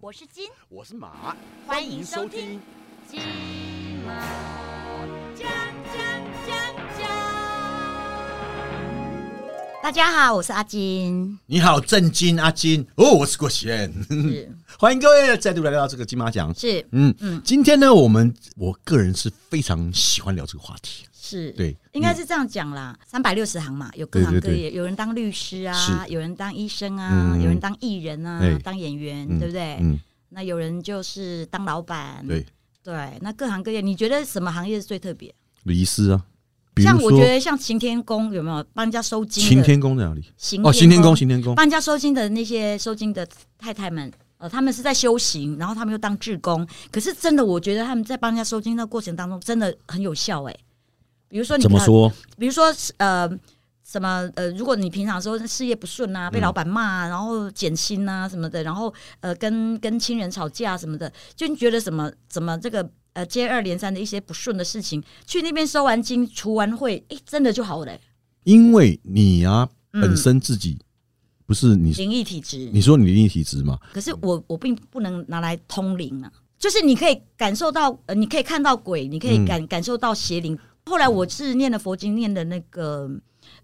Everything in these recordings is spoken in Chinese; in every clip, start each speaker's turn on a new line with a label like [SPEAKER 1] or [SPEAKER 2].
[SPEAKER 1] 我是金，
[SPEAKER 2] 我是马，
[SPEAKER 1] 欢迎收听金马讲讲讲讲。大家好，我是阿金。
[SPEAKER 2] 你好，震惊阿金哦，我是郭贤，
[SPEAKER 1] 是
[SPEAKER 2] 欢迎各位再度来到这个金马奖。
[SPEAKER 1] 是
[SPEAKER 2] 嗯嗯，今天呢，我们我个人是非常喜欢聊这个话题。
[SPEAKER 1] 是，
[SPEAKER 2] 嗯对
[SPEAKER 1] 应该是这样讲啦。三百六十行嘛，有各
[SPEAKER 2] 对
[SPEAKER 1] 行
[SPEAKER 2] 对
[SPEAKER 1] 各
[SPEAKER 2] 对
[SPEAKER 1] 业，有人当律师啊，
[SPEAKER 2] 是
[SPEAKER 1] 有人当医生啊，
[SPEAKER 2] 嗯
[SPEAKER 1] 有人当艺人啊
[SPEAKER 2] 哎，
[SPEAKER 1] 当演员，
[SPEAKER 2] 嗯
[SPEAKER 1] 对不对？
[SPEAKER 2] 嗯，
[SPEAKER 1] 那有人就是当老板，
[SPEAKER 2] 对，
[SPEAKER 1] 对，那各行各业，你觉得什么行业是最特别？
[SPEAKER 2] 李医师啊，比
[SPEAKER 1] 像
[SPEAKER 2] 如
[SPEAKER 1] 我觉
[SPEAKER 2] 说
[SPEAKER 1] 得像晴天宫有没有帮人家收金的？嗯
[SPEAKER 2] 晴天宫在哪里？
[SPEAKER 1] 行
[SPEAKER 2] 哦，行天宫，行天宫。
[SPEAKER 1] 帮人家收金的那些收金的太太们，呃，他们是在修行，然后他们又当志工。可是真的，我觉得他们在帮人家收金的过程当中，真的很有效哎、比如说你
[SPEAKER 2] 怎么
[SPEAKER 1] 看
[SPEAKER 2] 说？
[SPEAKER 1] 比如说呃什么呃，如果你平常说事业不顺
[SPEAKER 2] 嗯
[SPEAKER 1] 啊，被老板骂、啊，然后减薪啊什么的，然后呃跟跟亲人吵架什么的，就你觉得什么怎么这个呃接二连三的一些不顺的事情，去那边收完金除完会，诶，真的就好了、
[SPEAKER 2] 因为你啊，
[SPEAKER 1] 嗯
[SPEAKER 2] 本身自己不是你，
[SPEAKER 1] 灵异体质。
[SPEAKER 2] 你说你灵异体质嘛？
[SPEAKER 1] 可是我我并不能拿来通灵啊，就是你可以感受到，呃，你可以看到鬼，你可
[SPEAKER 2] 嗯
[SPEAKER 1] 以感、感受到邪灵。后来我是念了佛经，念的那个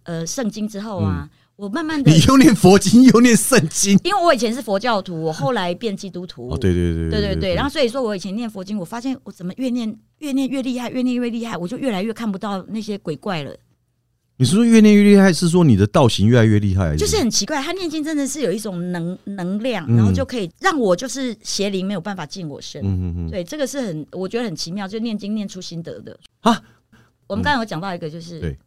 [SPEAKER 1] 呃圣经之后啊，我慢慢的
[SPEAKER 2] 嗯你，又念佛经，又念圣经。
[SPEAKER 1] 因为我以前是佛教 徒，我后来变基督徒，
[SPEAKER 2] 哦，对对对
[SPEAKER 1] 对
[SPEAKER 2] 对
[SPEAKER 1] 对然后所以说我以前念佛经，我发现我怎么越念越念越厉害，越念越厉害，我就越来越看不到那些鬼怪了，
[SPEAKER 2] 嗯你是说越念越厉害，是说你的道行越来越厉害？
[SPEAKER 1] 就是很奇怪。他念经真的是有一种能能量，
[SPEAKER 2] 嗯
[SPEAKER 1] 然后就可以让我就是邪灵没有办法进我身。
[SPEAKER 2] 嗯嗯嗯，
[SPEAKER 1] 对，这个是很我觉得很奇妙，就念经念出心得的
[SPEAKER 2] 啊。
[SPEAKER 1] 我们刚才有讲到一个，就是、
[SPEAKER 2] 对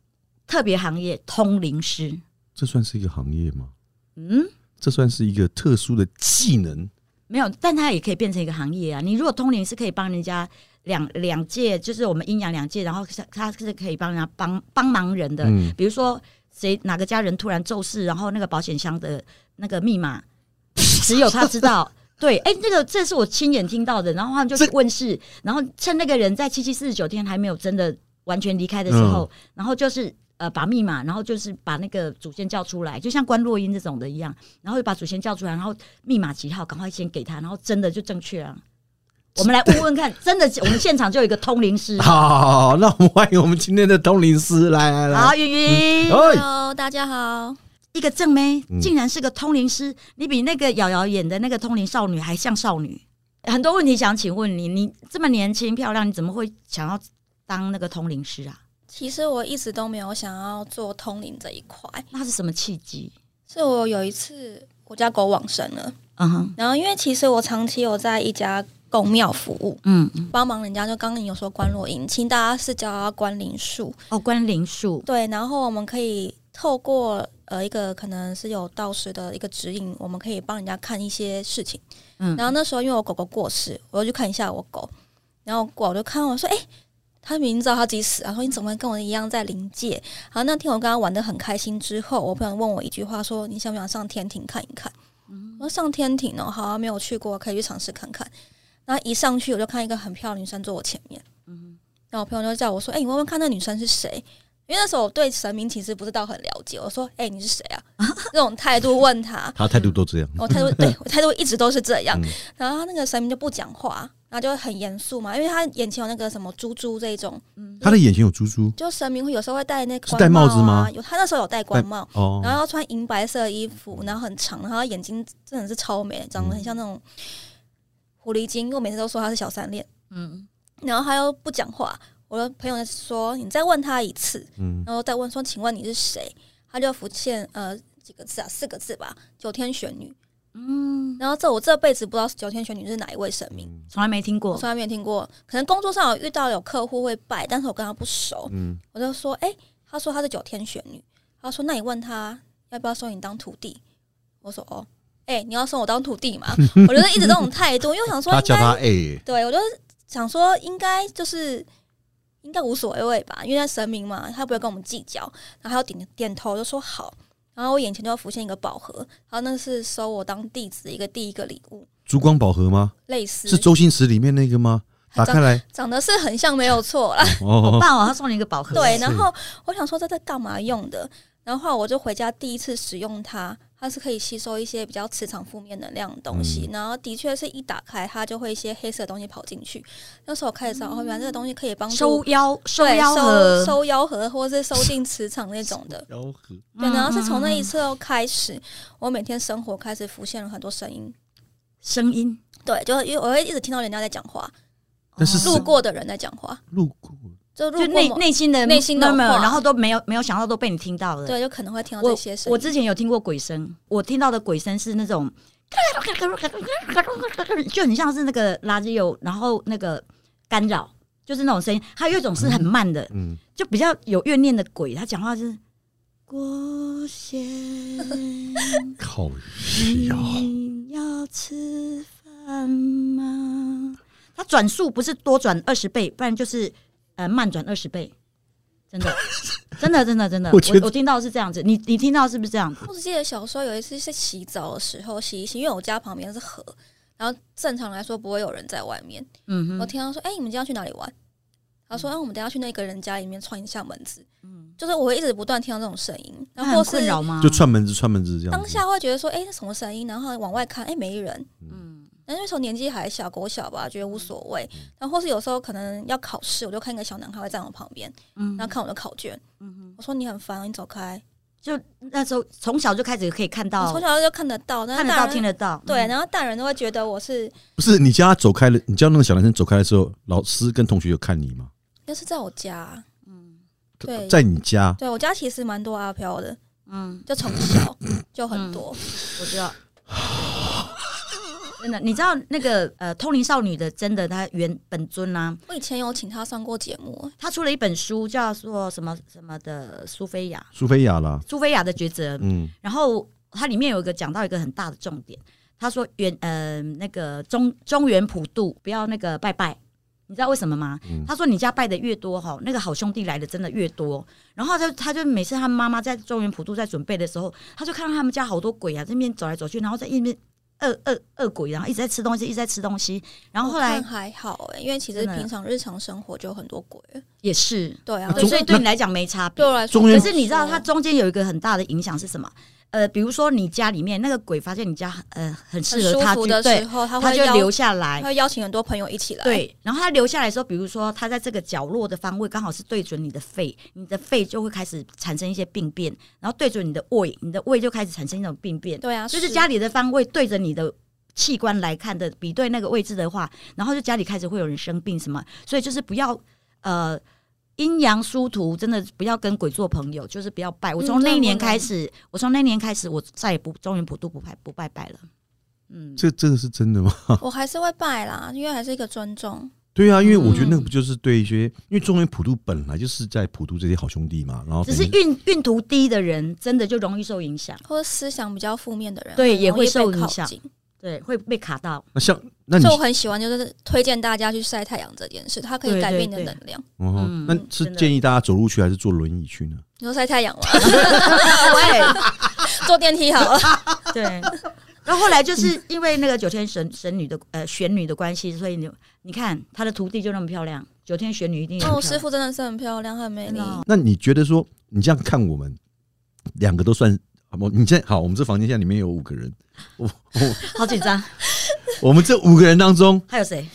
[SPEAKER 1] 特别行业通灵师，
[SPEAKER 2] 这算是一个行业吗？
[SPEAKER 1] 嗯，
[SPEAKER 2] 这算是一个特殊的技能？
[SPEAKER 1] 没有，但它也可以变成一个行业啊。你如果通灵是可以帮人家两两界，就是我们阴阳两界，然后是它是可以帮人家帮帮忙人的，
[SPEAKER 2] 嗯，
[SPEAKER 1] 比如说谁哪个家人突然骤逝，然后那个保险箱的那个密码只有他知道。 对，哎、那个这是我亲眼听到的，然后他们就去
[SPEAKER 2] 这
[SPEAKER 1] 问世，然后趁那个人在七七四十九天还没有真的完全离开的时候，
[SPEAKER 2] 嗯
[SPEAKER 1] 然后就是呃把密码，然后就是把那个祖先叫出来，就像关洛英这种的一样，然后就把祖先叫出来，然后密码几号赶快先给他，然后真的就正确啊。我们来问问看，真的，我们现场就有一个通灵师，
[SPEAKER 2] 好好好好，那我们欢迎我们今天的通灵师，来来
[SPEAKER 1] 好，
[SPEAKER 2] 来，
[SPEAKER 1] 云云，
[SPEAKER 2] 哎，
[SPEAKER 3] Hello，大家好。
[SPEAKER 1] 一个正妹
[SPEAKER 2] 嗯
[SPEAKER 1] 竟然是个通灵师，你比那个瑶瑶演的那个通灵少女还像少女。很多问题想请问你，你这么年轻漂亮，你怎么会想要当那个通灵师啊？
[SPEAKER 3] 其实我一直都没有想要做通灵这一块，
[SPEAKER 1] 那是什么契机？
[SPEAKER 3] 是我有一次我家狗往生了，
[SPEAKER 1] 嗯哼，
[SPEAKER 3] 然后因为其实我长期有在一家供庙服务，
[SPEAKER 1] 嗯，嗯
[SPEAKER 3] 帮忙人家。就刚刚你有说关落音，请大家是叫它关灵术，
[SPEAKER 1] 哦，关灵术，
[SPEAKER 3] 对。然后我们可以透过呃一个可能是有道士的一个指引，我们可以帮人家看一些事情。
[SPEAKER 1] 嗯
[SPEAKER 3] 然后那时候因为我狗狗过世，我就去看一下我狗，然后我狗就看我说：“哎、它明明知道它自己死啊，然后你怎么会跟我一样在临界？”然后那天我跟它玩的很开心之后，我朋友问我一句话说：“你想不想上天庭看一看？”我说：“上天庭哦，好、啊，没有去过，可以去尝试看看。”然后一上去我就看一个很漂亮的女生坐我前面，然后我朋友就叫我说：“哎、你问问看那女生是谁？”因为那时候我对神明其实不是到很了解，我说：“哎、你是谁啊？” 这种态度问他，
[SPEAKER 2] 他态度都这样，
[SPEAKER 3] 我态度 对我态度一直都是这样
[SPEAKER 2] 嗯。
[SPEAKER 3] 然后他那个神明就不讲话，然后就很严肃嘛，因为他眼前有那个什么猪猪这一种，
[SPEAKER 2] 他的眼睛有珠珠
[SPEAKER 3] 就神明会有时候会戴那个
[SPEAKER 2] 是戴帽子
[SPEAKER 3] 冠
[SPEAKER 2] 吗
[SPEAKER 3] 啊有他那时候有戴官帽，然
[SPEAKER 2] 哦，
[SPEAKER 3] 后要穿银白色的衣服，然后很长，然后他眼睛真的是超美，长
[SPEAKER 2] 嗯
[SPEAKER 3] 得很像那种狐狸精。因为我每次都说他是小三恋，
[SPEAKER 1] 嗯，
[SPEAKER 3] 然后他又不讲话。我的朋友就说：“你再问他一次。”
[SPEAKER 2] 嗯，
[SPEAKER 3] 然后再问说：“请问你是谁？”他就浮现呃几个字啊，四个字吧，九天玄女。嗯，然后这我这辈子不知道九天玄女是哪一位神明，
[SPEAKER 1] 从来没听
[SPEAKER 2] 嗯
[SPEAKER 3] 我
[SPEAKER 1] 过，
[SPEAKER 3] 从来没有听过。可能工作上有遇到有客户会拜，但是我跟他不熟，
[SPEAKER 2] 嗯，
[SPEAKER 3] 我就说：“哎、他说他是九天玄女。”他说：“那你问他要不要收你当徒弟？”我说：“哦，哎、你要收我当徒弟嘛？” 我就是一直这种态度，因为我想说
[SPEAKER 2] 他
[SPEAKER 3] 应
[SPEAKER 2] 叫
[SPEAKER 3] 该
[SPEAKER 2] 他哎，
[SPEAKER 3] 对，我就想说应该就是应该无所谓吧，因为那神明嘛，他不会跟我们计较。然后他就点点头就说好。然后我眼前就浮现一个宝盒，然后那是收我当弟子一个第一个礼物，
[SPEAKER 2] 珠光宝盒吗？
[SPEAKER 3] 类似
[SPEAKER 2] 是周星驰里面那个吗？打开来，
[SPEAKER 3] 长得 是很像没有错啦。
[SPEAKER 2] 哦，
[SPEAKER 1] 爸哦，他送你一个宝盒，
[SPEAKER 3] 对，然后我想说这在干嘛用的？然后后来我就回家第一次使用它，它是可以吸收一些比较磁场负面能量的东西。然后的确是一打开，它就会一些黑色的东西跑进去。那时候我开始知道，哦，原来这个东西可以帮
[SPEAKER 1] 收
[SPEAKER 3] 助
[SPEAKER 1] 腰收
[SPEAKER 3] 对
[SPEAKER 1] 腰
[SPEAKER 3] 收
[SPEAKER 1] 和
[SPEAKER 3] 收腰盒，或者是收进磁场那种的。
[SPEAKER 2] 然后和
[SPEAKER 3] 对，然后是从那
[SPEAKER 1] 嗯
[SPEAKER 3] 一
[SPEAKER 1] 嗯嗯
[SPEAKER 3] 次后开始，我每天生活开始浮现了很多声音。
[SPEAKER 1] 声音
[SPEAKER 3] 对，就是因为我会一直听到人家在讲话，
[SPEAKER 2] 但是
[SPEAKER 3] 路
[SPEAKER 2] 是
[SPEAKER 3] 过的人在讲话，
[SPEAKER 2] 路过
[SPEAKER 3] 就路
[SPEAKER 1] 就
[SPEAKER 3] 过
[SPEAKER 1] 内
[SPEAKER 3] 某
[SPEAKER 1] 内心的
[SPEAKER 3] 内心的
[SPEAKER 1] murmur，
[SPEAKER 3] 话
[SPEAKER 1] 然后都没有没有想到都被你听到了。
[SPEAKER 3] 对，就可能会听到这
[SPEAKER 1] 我
[SPEAKER 3] 些声音。
[SPEAKER 1] 我之前有听过鬼声，我听到的鬼声是那种，就很像是那个垃圾油，然后那个干扰，就是那种声音。还有一种是很慢的，
[SPEAKER 2] 嗯，
[SPEAKER 1] 就比较有怨念的鬼，他讲话是郭先 生，
[SPEAKER 2] 靠腰，
[SPEAKER 3] 嗯
[SPEAKER 1] 你要吃饭吗？他转速不是多转二十倍，不然就是呃慢转二十倍。真的，真的，真的，真的，
[SPEAKER 2] 我觉
[SPEAKER 1] 我
[SPEAKER 2] 得
[SPEAKER 1] 我听到是这样子，你你听到是不是这样子？
[SPEAKER 3] 我只记得小时候有一次是洗澡的时候洗一洗，因为我家旁边是河，然后正常来说不会有人在外面。
[SPEAKER 1] 嗯哼，
[SPEAKER 3] 我听到说：“哎、你们今天要去哪里玩？”他说：“哎、我们等一下去那个人家里面串一下门子。”
[SPEAKER 1] 嗯
[SPEAKER 3] 就是我会一直不断听到这种声音，
[SPEAKER 1] 那
[SPEAKER 3] 然后
[SPEAKER 1] 很
[SPEAKER 3] 或是
[SPEAKER 1] 困扰吗？
[SPEAKER 2] 就串门子串门子这样
[SPEAKER 3] 当
[SPEAKER 2] 子。
[SPEAKER 3] 下会觉得说：“哎、那什么声音？”然后往外看，哎、没人。
[SPEAKER 1] 嗯，
[SPEAKER 3] 那那时候年纪还小，狗小吧，觉得无所谓。然后或是有时候可能要考试，我就看一个小男孩会站我旁边，
[SPEAKER 1] 嗯
[SPEAKER 3] 然后看我的考卷。
[SPEAKER 1] 嗯哼，
[SPEAKER 3] 我说：“你很烦，你走开。
[SPEAKER 1] 就那时候从小就开始可以看”
[SPEAKER 3] 我
[SPEAKER 1] 到
[SPEAKER 3] 从，小就看得到，但
[SPEAKER 1] 看
[SPEAKER 3] 是
[SPEAKER 1] 得
[SPEAKER 3] 大
[SPEAKER 1] 到，
[SPEAKER 3] 人
[SPEAKER 1] 听得到，
[SPEAKER 3] 对，
[SPEAKER 1] 嗯
[SPEAKER 3] 然后大人都会觉得我是
[SPEAKER 2] 不是你叫他走开了，你叫那个小男生走开的时候，老师跟同学有看你吗？
[SPEAKER 3] 那是在我家，对
[SPEAKER 2] 在你家
[SPEAKER 3] 对我家其实蛮多阿飘的，
[SPEAKER 1] 嗯，
[SPEAKER 3] 就从 小就很多。
[SPEAKER 1] 我知道。 真的，你知道那个呃，通灵少女的真的她原本尊啊，
[SPEAKER 3] 我以前有请他上过节目，
[SPEAKER 1] 她出了一本书，叫做什么什么的苏菲亚，
[SPEAKER 2] 苏菲亚啦，
[SPEAKER 1] 苏菲亚的抉择。
[SPEAKER 2] 嗯，
[SPEAKER 1] 然后它里面有一个讲到一个很大的重点，他说原呃那个中中原普渡不要那个拜拜，你知道为什么吗？
[SPEAKER 2] 嗯
[SPEAKER 1] 他说你家拜的越多哈，那个好兄弟来的真的越多。然后他就他就每次他妈妈在中原普渡在准备的时候，他就看到他们家好多鬼啊，这边走来走去，然后在一边饿饿饿鬼，然后一直在吃东西，一直在吃东西。然后后
[SPEAKER 3] 我
[SPEAKER 1] 来
[SPEAKER 3] 看还好哎、因为其实
[SPEAKER 1] 真的
[SPEAKER 3] 平常日常生活就有很多鬼了。
[SPEAKER 1] 也是，
[SPEAKER 3] 对啊，
[SPEAKER 2] 那
[SPEAKER 1] 对
[SPEAKER 2] 中
[SPEAKER 1] 所以对你来讲没差别
[SPEAKER 3] 对。我来说，
[SPEAKER 2] 中间
[SPEAKER 1] 可是你知道，它中间有一个很大的影响是什么？呃，比如说你家里面那个鬼发现你家很呃很
[SPEAKER 3] 很
[SPEAKER 1] 适
[SPEAKER 3] 舒
[SPEAKER 1] 合他
[SPEAKER 3] 服
[SPEAKER 1] 去，
[SPEAKER 3] 的时
[SPEAKER 1] 对，
[SPEAKER 3] 候，他
[SPEAKER 1] 他
[SPEAKER 3] 会
[SPEAKER 1] 就
[SPEAKER 3] 邀
[SPEAKER 1] 留下
[SPEAKER 3] 他
[SPEAKER 1] 来。
[SPEAKER 3] 会哎邀请很多朋友一起来。，
[SPEAKER 1] 对，然后他留下来的时候，比如说他在这个角落的方位刚好是对准你的肺，你的肺就会开始产生一些病变，然后对准你的胃，你的胃就开始产生一种病变。
[SPEAKER 3] 对啊，
[SPEAKER 1] 就是 家里的方位对着你的器官来看的，比对那个位置的话，然后就家里开始会有人生病什么，所以就是不要呃阴阳殊途，真的不要跟鬼做朋友，就是不要拜。我从那一年开始，我嗯从那一年开始，我再也不中原普渡不拜不拜拜了。嗯，
[SPEAKER 2] 这这个是真的吗？
[SPEAKER 3] 我还是会拜啦，因为还是一个尊重。
[SPEAKER 2] 对啊，因为我觉得
[SPEAKER 1] 嗯
[SPEAKER 2] 那个不就是对一些，因为中原普渡本来就是在普渡这些好兄弟嘛，然后
[SPEAKER 1] 只是
[SPEAKER 2] 反正
[SPEAKER 1] 运运途低的人，真的就容易受影响，
[SPEAKER 3] 或者思想比较负面的人，
[SPEAKER 1] 对
[SPEAKER 3] 很容
[SPEAKER 1] 也会
[SPEAKER 3] 易被
[SPEAKER 1] 受影
[SPEAKER 3] 靠
[SPEAKER 1] 响
[SPEAKER 3] 近
[SPEAKER 1] 对，会被卡到。
[SPEAKER 2] 那像那你
[SPEAKER 3] 所以我很喜欢，就是推荐大家去晒太阳这件事，它可以
[SPEAKER 1] 对
[SPEAKER 3] 改
[SPEAKER 1] 对
[SPEAKER 3] 变你的
[SPEAKER 1] 对
[SPEAKER 3] 能量。
[SPEAKER 2] 哦，
[SPEAKER 1] 嗯
[SPEAKER 2] 那是
[SPEAKER 1] 真的
[SPEAKER 2] 建议大家走路去还是坐轮椅去呢？
[SPEAKER 3] 你说晒太阳吗？
[SPEAKER 1] 对
[SPEAKER 3] 坐电梯好了。
[SPEAKER 1] 对。然后后来就是因为那个九天神神女的呃玄女的关系，所以你你看她的徒弟就那么漂亮，九天玄女一定很
[SPEAKER 3] 那
[SPEAKER 1] 漂
[SPEAKER 3] 我
[SPEAKER 1] 亮
[SPEAKER 3] 哦师傅真的是很漂亮，很美
[SPEAKER 1] 真
[SPEAKER 3] 丽
[SPEAKER 1] 的。哦
[SPEAKER 2] 那你觉得说，你这样看我们两个都算好不？你现在好，我们这房间现在里面有五个人，我我
[SPEAKER 1] 好紧张。
[SPEAKER 2] 我们这五个人当中
[SPEAKER 1] 还有谁？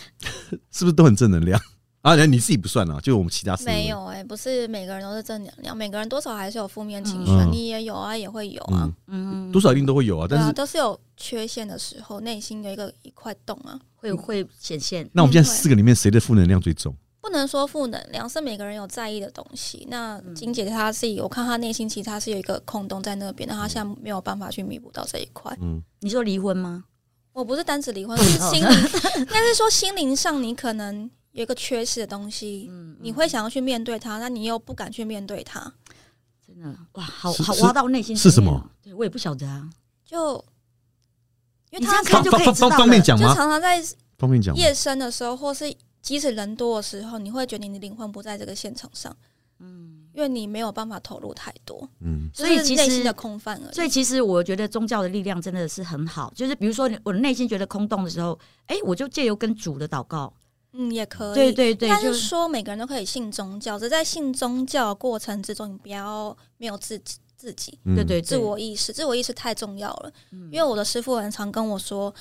[SPEAKER 2] 是不是都很正能量？啊，那你自己不算啊，就我们其他四个人
[SPEAKER 3] 没，有哎、不是每个人都是正能量，每个人多少还是有负面情绪、
[SPEAKER 2] 嗯
[SPEAKER 3] 啊，你也有啊，也会有啊，
[SPEAKER 2] 嗯，
[SPEAKER 1] 嗯，
[SPEAKER 2] 多少一定都会有啊。
[SPEAKER 3] 对
[SPEAKER 2] 但
[SPEAKER 3] 啊，
[SPEAKER 2] 是
[SPEAKER 3] 都是有缺陷的时候，内心有一个一块洞啊，
[SPEAKER 1] 会会显现。
[SPEAKER 2] 那我们现在四个里面谁的负能量最重？
[SPEAKER 3] 不能说负能量，是每个人有在意的东西。那
[SPEAKER 1] 嗯
[SPEAKER 3] 金姐她自己，我看她内心其实她是有一个空洞在那边，那
[SPEAKER 1] 嗯
[SPEAKER 3] 她现在没有办法去弥补到这一块。
[SPEAKER 2] 嗯，
[SPEAKER 1] 你说离婚吗？
[SPEAKER 3] 我不是单指 离婚，是心灵，应该是说心灵上你可能有一个缺失的东西，
[SPEAKER 1] 嗯，
[SPEAKER 3] 你会想要去面对它，那你又不敢去面对它，
[SPEAKER 1] 真的哇，好
[SPEAKER 2] 是
[SPEAKER 1] 好
[SPEAKER 2] 是
[SPEAKER 1] 挖到内心
[SPEAKER 2] 是
[SPEAKER 1] 层面
[SPEAKER 2] 什么
[SPEAKER 1] 哦？对我也不晓得啊。
[SPEAKER 3] 就因为
[SPEAKER 1] 你这
[SPEAKER 3] 它
[SPEAKER 1] 样看就可以
[SPEAKER 2] 方
[SPEAKER 1] 知道
[SPEAKER 2] 方
[SPEAKER 1] 了
[SPEAKER 2] 方便讲
[SPEAKER 3] 就
[SPEAKER 2] 吗？
[SPEAKER 3] 常常在
[SPEAKER 2] 方便讲吗？
[SPEAKER 3] 夜深的时候，或是即使人多的时候，你会觉得你的灵魂不在这个现场上，
[SPEAKER 1] 嗯，
[SPEAKER 3] 因为你没有办法投入太多，
[SPEAKER 2] 嗯，
[SPEAKER 1] 所以
[SPEAKER 3] 就是
[SPEAKER 1] 其
[SPEAKER 3] 内
[SPEAKER 1] 实
[SPEAKER 3] 心的空泛而已。
[SPEAKER 1] 所以其实我觉得宗教的力量真的是很好，就是比如说你我内心觉得空洞的时候，哎，我就借由跟主的祷告，
[SPEAKER 3] 嗯，也可以。
[SPEAKER 1] 对对对，
[SPEAKER 3] 但
[SPEAKER 1] 就是
[SPEAKER 3] 说每个人都可以信宗教，只是在信宗教的过程之中，你不要没有自己自己，
[SPEAKER 2] 嗯
[SPEAKER 1] 对对，嗯
[SPEAKER 3] 自我意识，自我意识太重要了。因为我的师傅很常跟我说，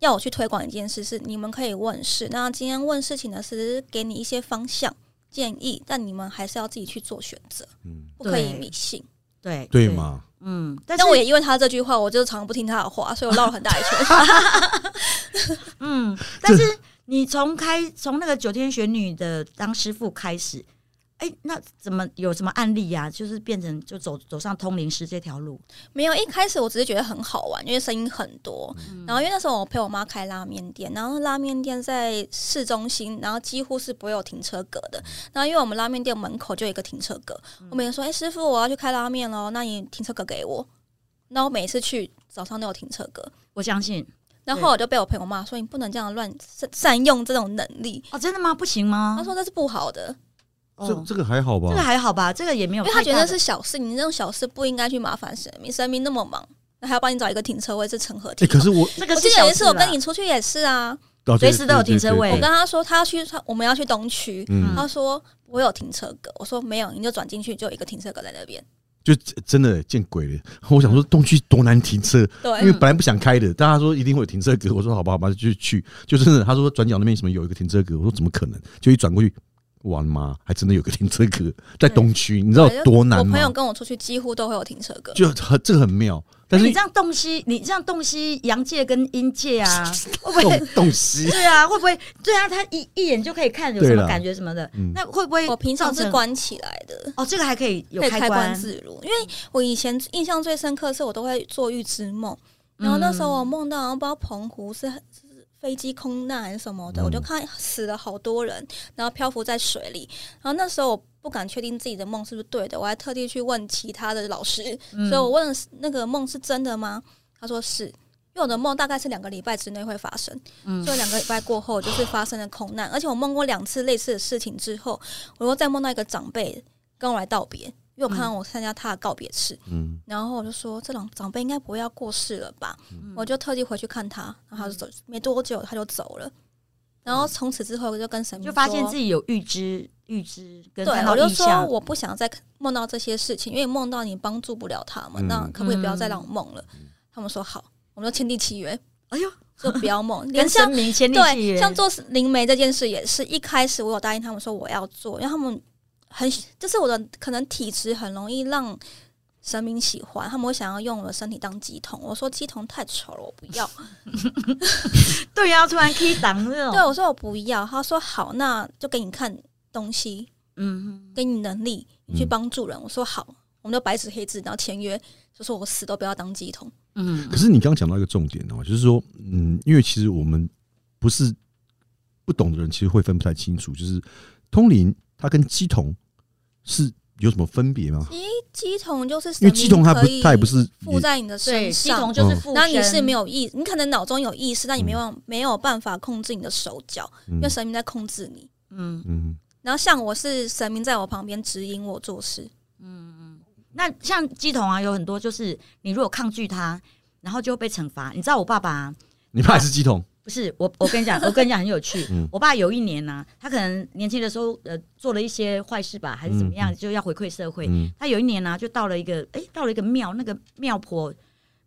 [SPEAKER 3] 要我去推广一件事，是你们可以问事。那今天问事情的是给你一些方向建议，但你们还是要自己去做选择，
[SPEAKER 2] 嗯，
[SPEAKER 3] 不可以
[SPEAKER 1] 对
[SPEAKER 3] 迷信。
[SPEAKER 1] 对
[SPEAKER 2] 对？嘛，
[SPEAKER 1] 嗯，但是
[SPEAKER 3] 但我也因为他这句话，我就常常不听他的话，所以我绕了很大一圈。
[SPEAKER 1] 嗯，但是你从开从那个九天玄女的当师傅开始，哎、那怎么有什么案例呀、就是变成就走走上通灵师这条路，
[SPEAKER 3] 没有，一开始我只是觉得很好玩，因为声音很多。
[SPEAKER 1] 嗯
[SPEAKER 3] 然后因为那时候我陪我妈开拉面店，然后拉面店在市中心，然后几乎是不会有停车格的。
[SPEAKER 1] 嗯
[SPEAKER 3] 然后因为我们拉面店门口就有一个停车格，我每天说：“哎、师傅，我要去开拉面喽，那你停车格给我。”然后每次去早上都有停车格。
[SPEAKER 1] 我相信
[SPEAKER 3] 然后后来我就被我朋友骂说：“你不能这样乱善善用这种能力。
[SPEAKER 1] 哦，真的吗？不行”吗？
[SPEAKER 3] 他说：“这是不好的，
[SPEAKER 1] 哦
[SPEAKER 2] 这这个还好吧哎
[SPEAKER 1] 这个？还好吧，这个也没有
[SPEAKER 3] 因为
[SPEAKER 1] 太大
[SPEAKER 3] 他
[SPEAKER 1] 的，
[SPEAKER 3] 觉得是小事，你这种小事不应该去麻烦神明，神明那么忙，那还要帮你找一个停车位，这成何体
[SPEAKER 2] 哎，
[SPEAKER 3] 统？”
[SPEAKER 2] 可是我
[SPEAKER 1] 这个
[SPEAKER 3] 我
[SPEAKER 1] 是
[SPEAKER 3] 记
[SPEAKER 1] 小
[SPEAKER 3] 得有一
[SPEAKER 1] 事
[SPEAKER 3] 次我
[SPEAKER 1] 啦
[SPEAKER 3] 跟你出去也是啊，
[SPEAKER 2] 哦对
[SPEAKER 1] 随时都有
[SPEAKER 2] 对对
[SPEAKER 1] 停车
[SPEAKER 2] 对
[SPEAKER 1] 位
[SPEAKER 3] 我
[SPEAKER 2] 对
[SPEAKER 3] 跟他说他要去，他我们要去东区，
[SPEAKER 2] 嗯，
[SPEAKER 3] 他说我有停车格，我说没有，你就转进去，就有一个停车格在那边。
[SPEAKER 2] 就真的见鬼了！我想
[SPEAKER 1] 嗯
[SPEAKER 2] 说东区多难停车，
[SPEAKER 1] 哎
[SPEAKER 2] 因为
[SPEAKER 3] 对，
[SPEAKER 2] 本来不想开的，但他说一定会有停车格，我说好吧，好吧，就去，就真的，他说转角那边什么有一个停车格，我说怎么可能？就一转过去，我的妈，还真的有个停车格在东区，你知道
[SPEAKER 1] 哎
[SPEAKER 2] 有多
[SPEAKER 3] 我
[SPEAKER 2] 难吗
[SPEAKER 3] 朋？友跟我出去几乎都会有停车格，
[SPEAKER 2] 就很这个很妙，
[SPEAKER 1] 那
[SPEAKER 2] 但是
[SPEAKER 1] 哎你这样洞悉，你这样洞悉阳界跟阴界啊， 会不会？
[SPEAKER 2] 东东西，
[SPEAKER 1] 对啊，会不会？对啊，他一一眼就可以看有
[SPEAKER 2] 对
[SPEAKER 1] 什
[SPEAKER 2] 啦
[SPEAKER 1] 么感觉什么的，
[SPEAKER 2] 嗯
[SPEAKER 1] 那会不会？
[SPEAKER 3] 我平常是。关起来的。
[SPEAKER 1] 哦，这个还可以有
[SPEAKER 3] 可以
[SPEAKER 1] 开
[SPEAKER 3] 开关自如，因为我以前印象最深刻的是我都会做预知梦，
[SPEAKER 1] 嗯
[SPEAKER 3] 然后那时候我梦到好像不知道澎湖是是飞机空难还是什么的，
[SPEAKER 2] 嗯
[SPEAKER 3] 我就看死了好多人，然后漂浮在水里，然后那时候我不敢确定自己的梦是不是对的，我还特地去问其他的老师，
[SPEAKER 1] 嗯
[SPEAKER 3] 所以我问了那个梦是真的吗？他说是，因为我的梦大概是两个礼拜之内会发生，
[SPEAKER 1] 嗯
[SPEAKER 3] 所以两个礼拜过后就是发生了空难，而且我梦过两次类似的事情之后，我又再梦到一个长辈跟我来道别，因为我看到我参加他的告别式，
[SPEAKER 2] 嗯，
[SPEAKER 3] 然后我就说这种长辈应该不会要过世了吧，
[SPEAKER 1] 嗯
[SPEAKER 3] 我就特地回去看他，然后他就走，没多久他就走了。然后从此之后，我就跟神
[SPEAKER 1] 嗯
[SPEAKER 3] 明
[SPEAKER 1] 就发现
[SPEAKER 3] 说
[SPEAKER 1] 自己有预知、预知跟
[SPEAKER 3] 对
[SPEAKER 1] 看，到
[SPEAKER 3] 我就
[SPEAKER 1] 意
[SPEAKER 3] 说
[SPEAKER 1] 象。
[SPEAKER 3] 我不想再梦到这些事情，因为梦到你帮助不了他们，
[SPEAKER 2] 嗯
[SPEAKER 3] 那可不可以不要再让我梦了？
[SPEAKER 1] 嗯
[SPEAKER 3] 他们说好，我们就签订契约，
[SPEAKER 1] 哎呦，
[SPEAKER 3] 就不要梦。连
[SPEAKER 1] 跟神
[SPEAKER 3] 像
[SPEAKER 1] 明签订契
[SPEAKER 3] 对
[SPEAKER 1] 约，
[SPEAKER 3] 像做灵媒这件事也是一开始我有答应他们说我要做，因为他们很就是我的可能体质很容易让。神明喜欢，他们会想要用我的身体当鸡桶。我说鸡桶太丑了，我不要。
[SPEAKER 1] 对呀、突然 key 档那种，
[SPEAKER 3] 对，我说我不要。他说好，那就给你看东西。
[SPEAKER 1] 嗯，
[SPEAKER 3] 给你能力，你去
[SPEAKER 2] 嗯
[SPEAKER 3] 帮助人。我说好，我们就白纸黑字，然后签约，就说我死都不要当鸡桶。
[SPEAKER 1] 嗯
[SPEAKER 2] 可是你刚刚讲到一个重点哦，就是说，嗯，因为其实我们不是不懂的人，其实会分不太清楚，就是通灵它跟鸡同是有什么分别吗？
[SPEAKER 3] 鸡桶就是
[SPEAKER 2] 因为鸡同它不
[SPEAKER 3] 神明可以，
[SPEAKER 2] 它也不是
[SPEAKER 3] 附在你的
[SPEAKER 1] 对，
[SPEAKER 3] 身
[SPEAKER 1] 系
[SPEAKER 3] 上
[SPEAKER 1] 统。就是
[SPEAKER 2] 嗯
[SPEAKER 1] 附身，
[SPEAKER 3] 然后你是没
[SPEAKER 1] 有
[SPEAKER 3] 有意，你可能脑中有意识，但你没有、没有办法控制你的手脚，
[SPEAKER 2] 嗯
[SPEAKER 3] 因为神明在控制你。
[SPEAKER 1] 嗯
[SPEAKER 2] 嗯，
[SPEAKER 3] 然后像我是神明在我旁边指引我做事，
[SPEAKER 1] 那像鸡桶啊，有很多就是你如果抗拒它，然后就会被惩罚。你知道我爸爸啊、
[SPEAKER 2] 你怕也是鸡同，
[SPEAKER 1] 不是我，我跟你讲，我跟你讲很有趣。
[SPEAKER 2] 嗯
[SPEAKER 1] 我爸有一年呢、他可能年轻的时候呃做了一些坏事吧，还是怎么样，
[SPEAKER 2] 嗯
[SPEAKER 1] 就要回馈社会。
[SPEAKER 2] 嗯
[SPEAKER 1] 他有一年呢、就到了一个哎、到了一个庙，那个庙婆，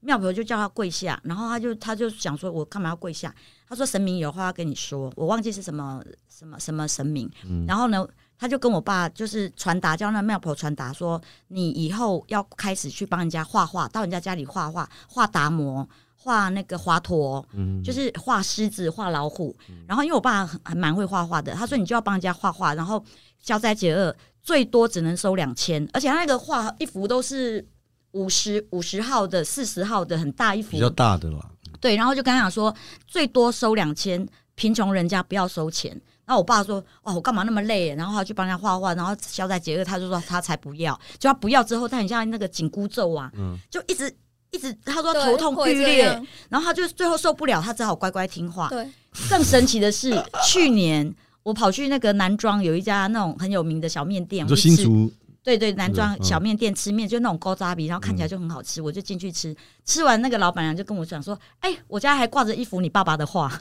[SPEAKER 1] 庙婆就叫他跪下，然后他就他就想说，我干嘛要跪下？他说神明有话要跟你说，我忘记是什么什么什么神明。
[SPEAKER 2] 嗯
[SPEAKER 1] 然后呢，他就跟我爸就是传达，叫那庙婆传达说，你以后要开始去帮人家画画，到人家家里画画，画达摩，画那个华佗，
[SPEAKER 2] 嗯，
[SPEAKER 1] 就是画狮子、画老虎。然后因为我爸很还蛮会画画的，他说你就要帮人家画画，然后消灾解厄，最多只能收两千，而且他那个画一幅都是五十五十号的、四十号的，很大一幅
[SPEAKER 2] 比，较大的啦，
[SPEAKER 1] 对，然后就跟他讲说，最多收两千，贫穷人家不要收钱。然后我爸说：“哇，我干嘛那么累？”然后他去帮他画画，然后消灾解厄，他就说他才不要。就他不要之后，他很像那个紧箍咒啊，
[SPEAKER 2] 嗯
[SPEAKER 1] 就一直一直，他说
[SPEAKER 3] 对
[SPEAKER 1] 头痛
[SPEAKER 3] 会
[SPEAKER 1] 欲
[SPEAKER 3] 这
[SPEAKER 1] 裂，
[SPEAKER 3] 样
[SPEAKER 1] 然后他就最后受不了，他只好乖乖听
[SPEAKER 2] 啊
[SPEAKER 1] 话。
[SPEAKER 3] 对，
[SPEAKER 1] 更神奇的是，去年我跑去那个南庄有一家那种很有名的小面店，
[SPEAKER 2] 你
[SPEAKER 1] 我
[SPEAKER 2] 说
[SPEAKER 1] 去
[SPEAKER 2] 新
[SPEAKER 1] 吃。
[SPEAKER 2] 竹
[SPEAKER 1] 对对，南
[SPEAKER 2] 嗯
[SPEAKER 1] 庄小面店吃面就那种高渣比，然后看起来就很好吃，我就进去吃。吃完那个老板娘就跟我讲说：“哎、我家还挂着一幅你爸爸的画。”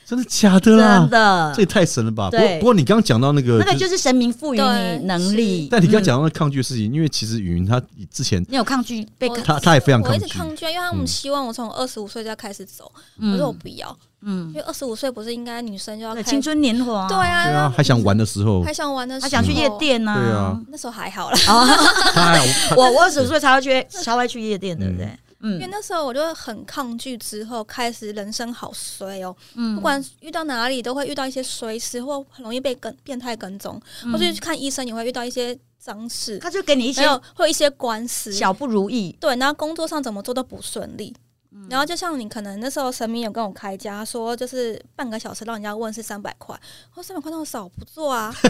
[SPEAKER 2] 真的假的啦
[SPEAKER 1] 真？的
[SPEAKER 2] 这也。太神了吧！不过
[SPEAKER 1] 对
[SPEAKER 2] 不过你刚刚讲到那个，
[SPEAKER 1] 那个
[SPEAKER 2] 就，
[SPEAKER 1] 就是是神明赋予
[SPEAKER 3] 对
[SPEAKER 1] 你能力。
[SPEAKER 2] 但你刚刚
[SPEAKER 1] 嗯，
[SPEAKER 2] 讲到那抗拒的事情，因为其实云她之前
[SPEAKER 1] 你有抗拒被
[SPEAKER 3] 我
[SPEAKER 1] 抗，
[SPEAKER 2] 她她也非常
[SPEAKER 3] 我
[SPEAKER 2] 抗
[SPEAKER 3] 一
[SPEAKER 2] 拒
[SPEAKER 3] 直，抗拒啊，因为他
[SPEAKER 2] 嗯
[SPEAKER 3] 们希望我从二十五岁就要开始走，我说我
[SPEAKER 1] 嗯
[SPEAKER 3] 不要，因
[SPEAKER 1] 嗯，
[SPEAKER 3] 为二十五岁不是应该女生就要
[SPEAKER 1] 对
[SPEAKER 3] 开
[SPEAKER 1] 青春年华，
[SPEAKER 3] 对，哦啊，
[SPEAKER 2] 对啊，还想玩的时候
[SPEAKER 3] 还，想玩的时
[SPEAKER 1] 他
[SPEAKER 3] 候，
[SPEAKER 1] 想去夜店呐。
[SPEAKER 2] 对啊，
[SPEAKER 3] 那时候还好啦，
[SPEAKER 1] 哦，
[SPEAKER 2] 她还
[SPEAKER 1] 我我二十五岁才会去，才会去夜店，对不对？
[SPEAKER 3] 因为
[SPEAKER 1] 嗯
[SPEAKER 3] 那时候我就很抗拒，之后开始人生好衰哦，
[SPEAKER 1] 嗯，
[SPEAKER 3] 不管遇到哪里都会遇到一些衰事，或很容易被跟变态跟踪，
[SPEAKER 1] 嗯
[SPEAKER 3] 或者去看医生也会遇到一些脏事，
[SPEAKER 1] 他就给你一些
[SPEAKER 3] 还有会有一些官司，
[SPEAKER 1] 小不如意，
[SPEAKER 3] 对，然后工作上怎么做都不顺利。
[SPEAKER 1] 嗯
[SPEAKER 3] 然后就像你可能那时候神明有跟我开价，他说就是半个小时让人家问是三百块，我说三百块那我少不做啊，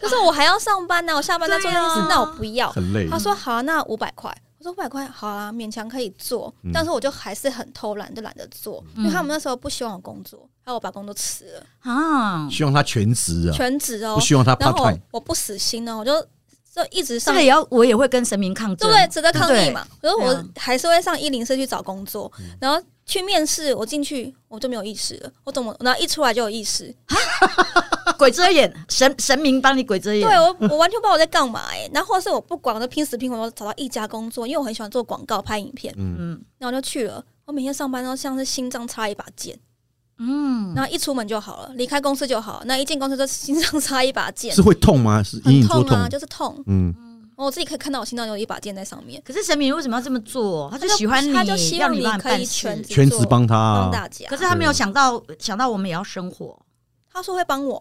[SPEAKER 3] 就是我还要上班呢、我下班再做那件事，
[SPEAKER 1] 对啊
[SPEAKER 3] 那我不要。
[SPEAKER 2] 很累
[SPEAKER 3] 他，说好、啊，那五百块。我说五百块好啊，勉强可以做
[SPEAKER 2] 嗯，
[SPEAKER 3] 但是我就还是很偷懒，就懒得做，因为他们那时候不希望我工作，还有我把工作辞了，
[SPEAKER 1] 啊，
[SPEAKER 2] 希望她全职啊，
[SPEAKER 3] 全职哦
[SPEAKER 2] 不。希望她 p
[SPEAKER 3] 然后
[SPEAKER 2] a
[SPEAKER 3] 我我不死心哦呢，我就就一直
[SPEAKER 1] 这
[SPEAKER 3] 上
[SPEAKER 1] 个也要我也会跟神明抗争，
[SPEAKER 3] 对不对？值得抗议嘛？可是
[SPEAKER 1] 对
[SPEAKER 3] 我
[SPEAKER 1] 啊
[SPEAKER 3] 还是会上一零四去找工作，
[SPEAKER 2] 嗯
[SPEAKER 3] 然后去面试，我进去我就没有意识了，我怎么然后一出来就有意识？
[SPEAKER 1] 鬼遮眼，神神明帮你鬼遮眼，
[SPEAKER 3] 对
[SPEAKER 2] 啊
[SPEAKER 3] 我我完全不知道我在干嘛哎、然后或者是我不管，我就拼死拼活我找到一家工作，因为我很喜欢做广告拍影片，
[SPEAKER 2] 嗯，
[SPEAKER 1] 嗯
[SPEAKER 3] 然后我就去了。我每天上班都像是心脏插一把剑，
[SPEAKER 1] 嗯，
[SPEAKER 3] 然后一出门就好了，离开公司就好了。那一进公司就心脏插一把剑
[SPEAKER 2] 是，会痛吗？是隐
[SPEAKER 3] 很
[SPEAKER 2] 隐作
[SPEAKER 3] 痛
[SPEAKER 2] 痛
[SPEAKER 3] 啊，，就是痛。
[SPEAKER 2] 嗯，
[SPEAKER 3] 我自己可以看到我心脏有一把剑在上面，
[SPEAKER 1] 可是神明为什么要这么做？他就
[SPEAKER 3] 他就
[SPEAKER 1] 喜欢你，
[SPEAKER 3] 他就希望
[SPEAKER 1] 要你
[SPEAKER 3] 你
[SPEAKER 1] 帮
[SPEAKER 3] 可以
[SPEAKER 1] 办事
[SPEAKER 3] 全职
[SPEAKER 2] 全职帮她
[SPEAKER 3] 帮
[SPEAKER 2] 啊，
[SPEAKER 3] 大家
[SPEAKER 1] 可。是他没有想到想到我们也要生活，
[SPEAKER 3] 他说会帮我，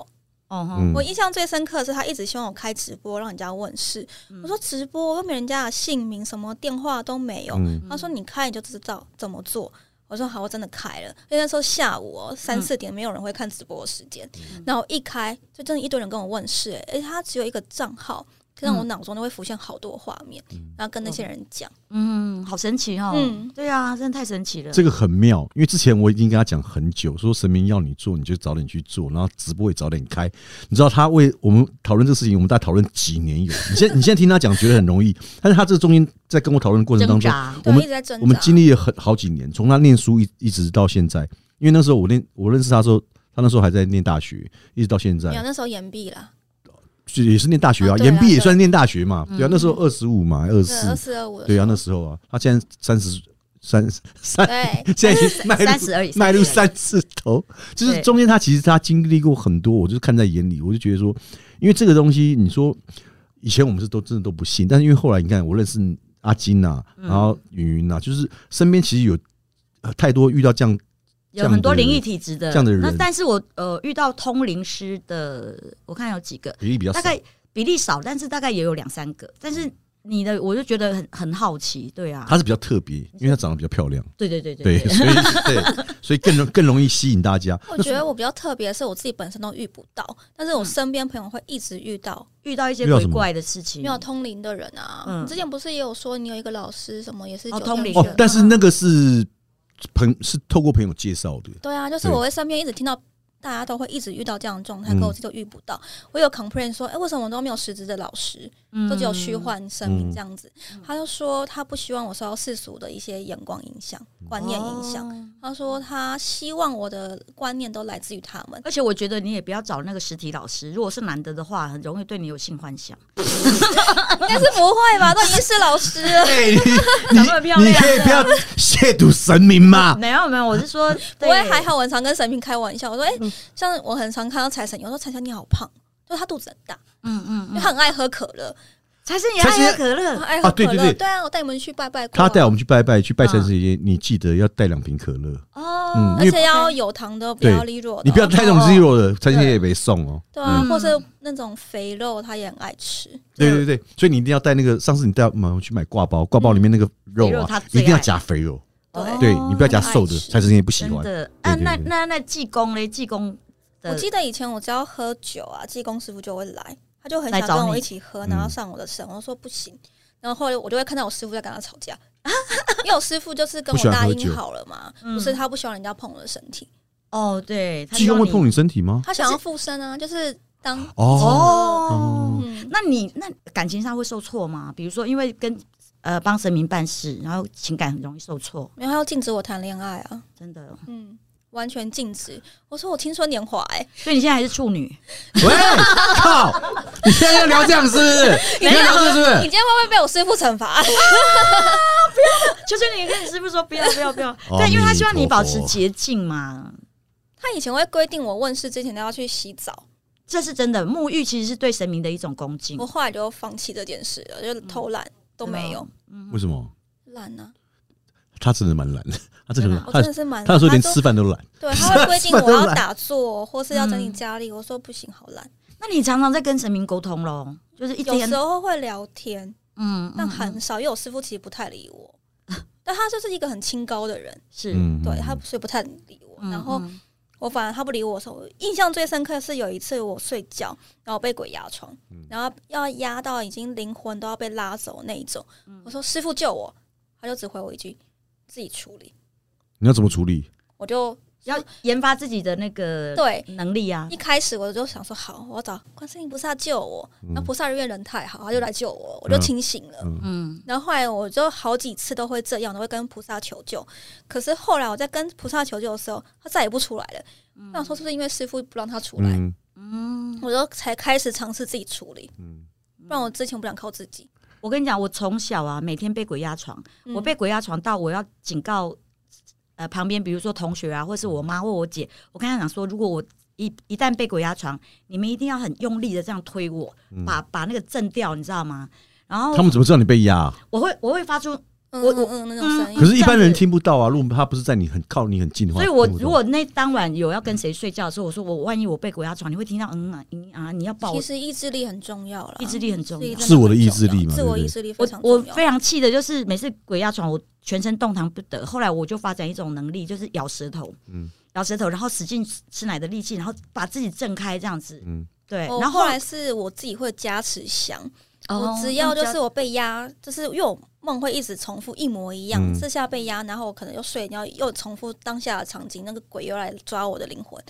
[SPEAKER 1] 哦吼，
[SPEAKER 2] 嗯
[SPEAKER 3] 我，印象最深刻的是，他一直希望我开直播，让人家问事。我说直播，又没人家的姓名，什么电话都没有。
[SPEAKER 2] 嗯，
[SPEAKER 3] 他说你开你就知道怎么做。我说好，我真的开了。因为那时候下午哦
[SPEAKER 2] 嗯
[SPEAKER 3] 三四点，没有人会看直播的时间。然后一开，就真的一堆人跟我问事、哎，而且他只有一个账号，让我
[SPEAKER 1] 嗯
[SPEAKER 3] 脑中都会浮现好多画面，
[SPEAKER 2] 嗯
[SPEAKER 3] 然后跟那些人讲。
[SPEAKER 1] 嗯，好神奇哦，
[SPEAKER 3] 嗯
[SPEAKER 1] 对啊，真的太神奇了，
[SPEAKER 2] 这个很妙，因为之前我已经跟他讲很久，说神明要你做，你就早点去做，然后直播也早点开。你知道他为我们讨论这个事情，我们大概讨论几年 有。你现在你现在听他讲，觉得很容易，但是他这中间在跟我讨论的过程
[SPEAKER 1] 挣
[SPEAKER 2] 当中，
[SPEAKER 1] 扎，
[SPEAKER 2] 我
[SPEAKER 3] 对，啊一
[SPEAKER 2] 们
[SPEAKER 3] 直在挣扎。
[SPEAKER 2] 我们经历了很好几年，从他念书一一直到现在。因为那时候我认我认识他的时候，他那时候还在念大学，一直到现
[SPEAKER 3] 没有
[SPEAKER 2] 在，
[SPEAKER 3] 那时候岩壁啦，
[SPEAKER 2] 就也是念大学啊，
[SPEAKER 3] 啊对啊
[SPEAKER 2] 研毕也
[SPEAKER 3] 对
[SPEAKER 2] 算念大学嘛，对啊，那时候二十五嘛，二
[SPEAKER 3] 对，二
[SPEAKER 2] 四，
[SPEAKER 3] 四二五的时
[SPEAKER 2] 对啊，
[SPEAKER 3] 候。
[SPEAKER 2] 那时候啊，他现在三十三三
[SPEAKER 3] 对，
[SPEAKER 2] 现在已经迈入
[SPEAKER 1] 三十而已，
[SPEAKER 2] 迈入
[SPEAKER 1] 30而已
[SPEAKER 2] 三字头，就是
[SPEAKER 1] 对
[SPEAKER 2] 中间他其实他经历过很多，我就是看在眼里，我就觉得说，因为这个东西，你说以前我们是都真的都不信，但是因为后来你看，我认识阿金呐、
[SPEAKER 1] 嗯
[SPEAKER 2] 然后云云呐，啊就是身边其实有呃太多遇到这样，
[SPEAKER 1] 有很多灵异体质的
[SPEAKER 2] 这样的人
[SPEAKER 1] 那但是我呃遇到通灵师的，我看有几个，
[SPEAKER 2] 比例比较少
[SPEAKER 1] 大，概比例少，但是大概也有两三个。但是你的我就觉得很很好奇，对啊，
[SPEAKER 2] 她是比较特别，因为她长得比较漂亮，
[SPEAKER 1] 对对对
[SPEAKER 2] 对，所以对，所以更容更容易吸引大家。
[SPEAKER 3] 我觉得我比较特别的是，我自己本身都遇不到，
[SPEAKER 2] 嗯
[SPEAKER 3] 但是我身边朋友会一直遇到
[SPEAKER 1] 遇到一些
[SPEAKER 2] 遇到
[SPEAKER 1] 鬼
[SPEAKER 2] 什么
[SPEAKER 1] 怪的事情
[SPEAKER 3] 没，有
[SPEAKER 2] 嗯
[SPEAKER 3] 通灵的人啊。
[SPEAKER 1] 嗯
[SPEAKER 3] 你之前不是也有说你有一个老师什么也是
[SPEAKER 1] 哦
[SPEAKER 3] 酒
[SPEAKER 1] 通灵
[SPEAKER 3] 店学
[SPEAKER 1] 的
[SPEAKER 2] 哦
[SPEAKER 3] 的，
[SPEAKER 2] 但是那个是朋是透过朋友介绍 的，
[SPEAKER 3] 对啊，就是
[SPEAKER 2] 对
[SPEAKER 3] 我会身边一直听到。大家都会一直遇到这样的状态，
[SPEAKER 2] 嗯
[SPEAKER 3] 可我自己就遇不到。我有 complain 说，哎、为什么我都没有实质的老师，
[SPEAKER 1] 嗯
[SPEAKER 3] 都只有虚。幻神
[SPEAKER 2] 嗯
[SPEAKER 3] 明这样子？他就说他不希望我受到世俗的一些眼光影响、观念影响。
[SPEAKER 1] 哦
[SPEAKER 3] 他说他希望我的观念都来自于 他们。
[SPEAKER 1] 而且我觉得你也不要找那个实体老师，如果是男的的话，很容易对你有性幻想。
[SPEAKER 3] 应该是不会吧？都已经是老师 了，
[SPEAKER 2] 哎，你
[SPEAKER 1] 长得很漂
[SPEAKER 2] 你
[SPEAKER 1] 亮啊嗯
[SPEAKER 2] 你可以不要亵渎神明嘛？
[SPEAKER 1] 没有没有，我是 说，
[SPEAKER 3] 不会还好，我很常跟神明开玩笑，我说，哎、像我很常看到财神，有时候财神你好胖，就是他肚子很大，
[SPEAKER 1] 嗯嗯
[SPEAKER 3] 因为
[SPEAKER 1] 嗯，
[SPEAKER 3] 他很爱喝可乐，
[SPEAKER 1] 才是你
[SPEAKER 2] 才是
[SPEAKER 1] 爱喝可乐
[SPEAKER 3] 他，爱喝可
[SPEAKER 2] 对
[SPEAKER 3] 乐，
[SPEAKER 2] 对对
[SPEAKER 3] 啊，我带你们去拜拜过啊，
[SPEAKER 2] 他带我们去拜拜，去拜山神爷，你记得要带两瓶可乐，嗯
[SPEAKER 1] 哦，
[SPEAKER 2] 因
[SPEAKER 3] 而
[SPEAKER 2] 为
[SPEAKER 3] 且要有糖的，不
[SPEAKER 2] 对
[SPEAKER 3] 要利弱的，
[SPEAKER 2] 你不要带那种 zero 的，山神爷也没送哦。
[SPEAKER 3] 对啊，
[SPEAKER 1] 嗯
[SPEAKER 3] 或是那种肥肉，他也很爱吃，
[SPEAKER 2] 对对对，所以你一定要带那个。上次你带我们去买挂
[SPEAKER 1] 嗯
[SPEAKER 2] 包，挂包里面那个肉
[SPEAKER 1] 肥肉他
[SPEAKER 2] 啊，
[SPEAKER 1] 最
[SPEAKER 2] 一
[SPEAKER 1] 爱
[SPEAKER 2] 定要夹肥肉，
[SPEAKER 3] 对
[SPEAKER 1] 哦
[SPEAKER 2] 对你不要夹瘦的，
[SPEAKER 3] 他爱吃
[SPEAKER 2] 山神爷不喜
[SPEAKER 1] 真
[SPEAKER 2] 欢。
[SPEAKER 1] 的。
[SPEAKER 2] 对
[SPEAKER 1] 那
[SPEAKER 2] 对
[SPEAKER 1] 那
[SPEAKER 2] 对
[SPEAKER 1] 那那济公嘞，济公
[SPEAKER 3] 我
[SPEAKER 1] 的
[SPEAKER 3] 记得以前我只要喝酒啊，济公师傅就会来，他就很
[SPEAKER 1] 来
[SPEAKER 3] 想
[SPEAKER 1] 找
[SPEAKER 3] 跟
[SPEAKER 1] 你
[SPEAKER 3] 我一起喝，
[SPEAKER 2] 嗯
[SPEAKER 3] 然后上我的身，我就说不行。然后后来我就会看到我师傅在跟他吵架， 因为我师傅就是跟
[SPEAKER 2] 不喜
[SPEAKER 3] 我
[SPEAKER 2] 欢
[SPEAKER 3] 大
[SPEAKER 2] 喝
[SPEAKER 3] 英
[SPEAKER 2] 酒
[SPEAKER 3] 好了嘛，
[SPEAKER 1] 嗯
[SPEAKER 3] 不是他不喜欢人家碰我的身体，
[SPEAKER 1] 哦，对，他
[SPEAKER 2] 济公
[SPEAKER 1] 希望
[SPEAKER 2] 会碰你身体吗？
[SPEAKER 3] 他想要附身啊，就是当
[SPEAKER 2] 哦，
[SPEAKER 1] 哦。
[SPEAKER 3] 嗯，
[SPEAKER 1] 那你那感情上会受挫吗？比如说，因为跟呃帮神明办事，然后情感很容易受挫，
[SPEAKER 3] 然后要禁止我谈恋爱啊，
[SPEAKER 1] 真的
[SPEAKER 3] 嗯，完全禁止。我说我青春年华、哎，
[SPEAKER 1] 所以你现在还是处女，
[SPEAKER 2] 喂，靠！你现在要聊这样是不 是？你要聊这是不
[SPEAKER 3] 你
[SPEAKER 2] 是？
[SPEAKER 3] 今天会不会被我师傅惩罚？
[SPEAKER 1] 就是你跟你师傅说不要不要不要，
[SPEAKER 2] 阿
[SPEAKER 1] 对，因为他希望
[SPEAKER 2] 弥
[SPEAKER 1] 你
[SPEAKER 2] 陀
[SPEAKER 1] 保
[SPEAKER 2] 佛
[SPEAKER 1] 持洁净嘛，
[SPEAKER 3] 他以前会规定我问世之前都要去洗澡，
[SPEAKER 1] 这是真的。沐浴其实是对神明的一种恭敬
[SPEAKER 3] 我，后来就放弃这件事了，就偷懒都没有
[SPEAKER 2] 为什么？
[SPEAKER 1] 啊
[SPEAKER 3] 懒呢、
[SPEAKER 2] 他真的蛮懒的， 他真的嗯
[SPEAKER 3] 我
[SPEAKER 2] 他
[SPEAKER 3] 真的是蛮
[SPEAKER 2] 他有时候连
[SPEAKER 3] 他说
[SPEAKER 2] 吃饭都懒。
[SPEAKER 3] 对，他会规定
[SPEAKER 2] 什么
[SPEAKER 3] 我
[SPEAKER 2] 都
[SPEAKER 3] 要
[SPEAKER 2] 懒
[SPEAKER 3] 打坐或是要整理
[SPEAKER 1] 嗯
[SPEAKER 3] 家里，我说不行，好懒。
[SPEAKER 1] 那你常常在跟神明沟通喽，就是一
[SPEAKER 3] 有
[SPEAKER 1] 天
[SPEAKER 3] 时，候会聊天，
[SPEAKER 1] 嗯
[SPEAKER 3] 但
[SPEAKER 1] 嗯
[SPEAKER 3] 很
[SPEAKER 1] 嗯
[SPEAKER 3] 少，因为我师傅其实不太理 我，但他就是一个很清高的人，
[SPEAKER 1] 是，
[SPEAKER 2] 嗯，
[SPEAKER 3] 对他所以不太理我。
[SPEAKER 1] 嗯
[SPEAKER 3] 然后
[SPEAKER 1] 嗯
[SPEAKER 3] 我反而他不理我的时候，我印象最深刻是有一次我睡觉，然后被鬼压床，
[SPEAKER 2] 嗯
[SPEAKER 3] 然后要压到已经灵魂都要被拉走那一种。
[SPEAKER 1] 嗯
[SPEAKER 3] 我说师傅救我，他就只回我一句自己处理，
[SPEAKER 2] 你要怎么处理？
[SPEAKER 3] 我就
[SPEAKER 1] 要研发自己的那个
[SPEAKER 3] 对。
[SPEAKER 1] 能力啊
[SPEAKER 3] 一，开始我就想说，好，我要找观世音菩萨救我。那菩萨因为人太好，他就来救我，我就
[SPEAKER 2] 嗯
[SPEAKER 3] 清醒了。
[SPEAKER 2] 嗯，
[SPEAKER 1] 嗯，
[SPEAKER 3] 然后后来我就好几次都会这样，都会跟菩萨求救。可是后来我在跟菩萨求救的时候，他再也不出来了。
[SPEAKER 1] 嗯
[SPEAKER 3] 我想说是不是因为师傅不让他出来，
[SPEAKER 2] 嗯
[SPEAKER 3] 我就才开始尝试自己处理。
[SPEAKER 2] 嗯
[SPEAKER 3] 不然我之前不想靠自己。
[SPEAKER 1] 我跟你讲，我从小啊，每天被鬼压床，
[SPEAKER 3] 嗯
[SPEAKER 1] 我被鬼压床到我要警告呃旁边，比如说同学啊，或是我妈或我姐，我跟她讲说，如果我一一旦被鬼压床，你们一定要很用力的这样推我，
[SPEAKER 2] 嗯
[SPEAKER 1] 把把那个震掉，你知道吗？然后
[SPEAKER 2] 他们怎么知道你被压啊？
[SPEAKER 1] 我会我会发出，
[SPEAKER 3] 嗯
[SPEAKER 1] 我
[SPEAKER 3] 嗯嗯那种声
[SPEAKER 1] 嗯
[SPEAKER 2] 可
[SPEAKER 3] 音，
[SPEAKER 2] 是，一般人听不到啊。如果他不是在你很靠你很近的话，
[SPEAKER 1] 所以我
[SPEAKER 2] 听不到
[SPEAKER 1] 如果那当晚有要跟谁睡觉的时候，我说我万一我被鬼压床，你会听到嗯啊嗯啊，你要抱
[SPEAKER 3] 其
[SPEAKER 1] 我。
[SPEAKER 3] 实意志力很重要了，
[SPEAKER 1] 意志力很重要
[SPEAKER 3] 意志力真
[SPEAKER 2] 自我的
[SPEAKER 3] 很
[SPEAKER 2] 意
[SPEAKER 3] 重
[SPEAKER 2] 志力嘛
[SPEAKER 3] 要自
[SPEAKER 2] 对不
[SPEAKER 3] 我
[SPEAKER 2] 对
[SPEAKER 3] 意志力非
[SPEAKER 1] 我
[SPEAKER 3] 常
[SPEAKER 1] 我
[SPEAKER 3] 重要。
[SPEAKER 1] 非常气的就是每次鬼压床，我全身动弹不得。后来我就发展一种能力，就是咬舌头，
[SPEAKER 2] 嗯
[SPEAKER 1] 咬舌头，然后使劲吃奶的力气，然后把自己震开这样子。
[SPEAKER 2] 嗯
[SPEAKER 1] 对，
[SPEAKER 3] 哦
[SPEAKER 1] 然后
[SPEAKER 3] 后来是我自己会加持香，
[SPEAKER 1] 哦
[SPEAKER 3] 我只要就是我被压，就是因为我梦会一直重复一模一样，
[SPEAKER 2] 嗯
[SPEAKER 3] 这下被压，然后我可能又睡，然后又重复当下的场景，那个鬼又来抓我的灵魂，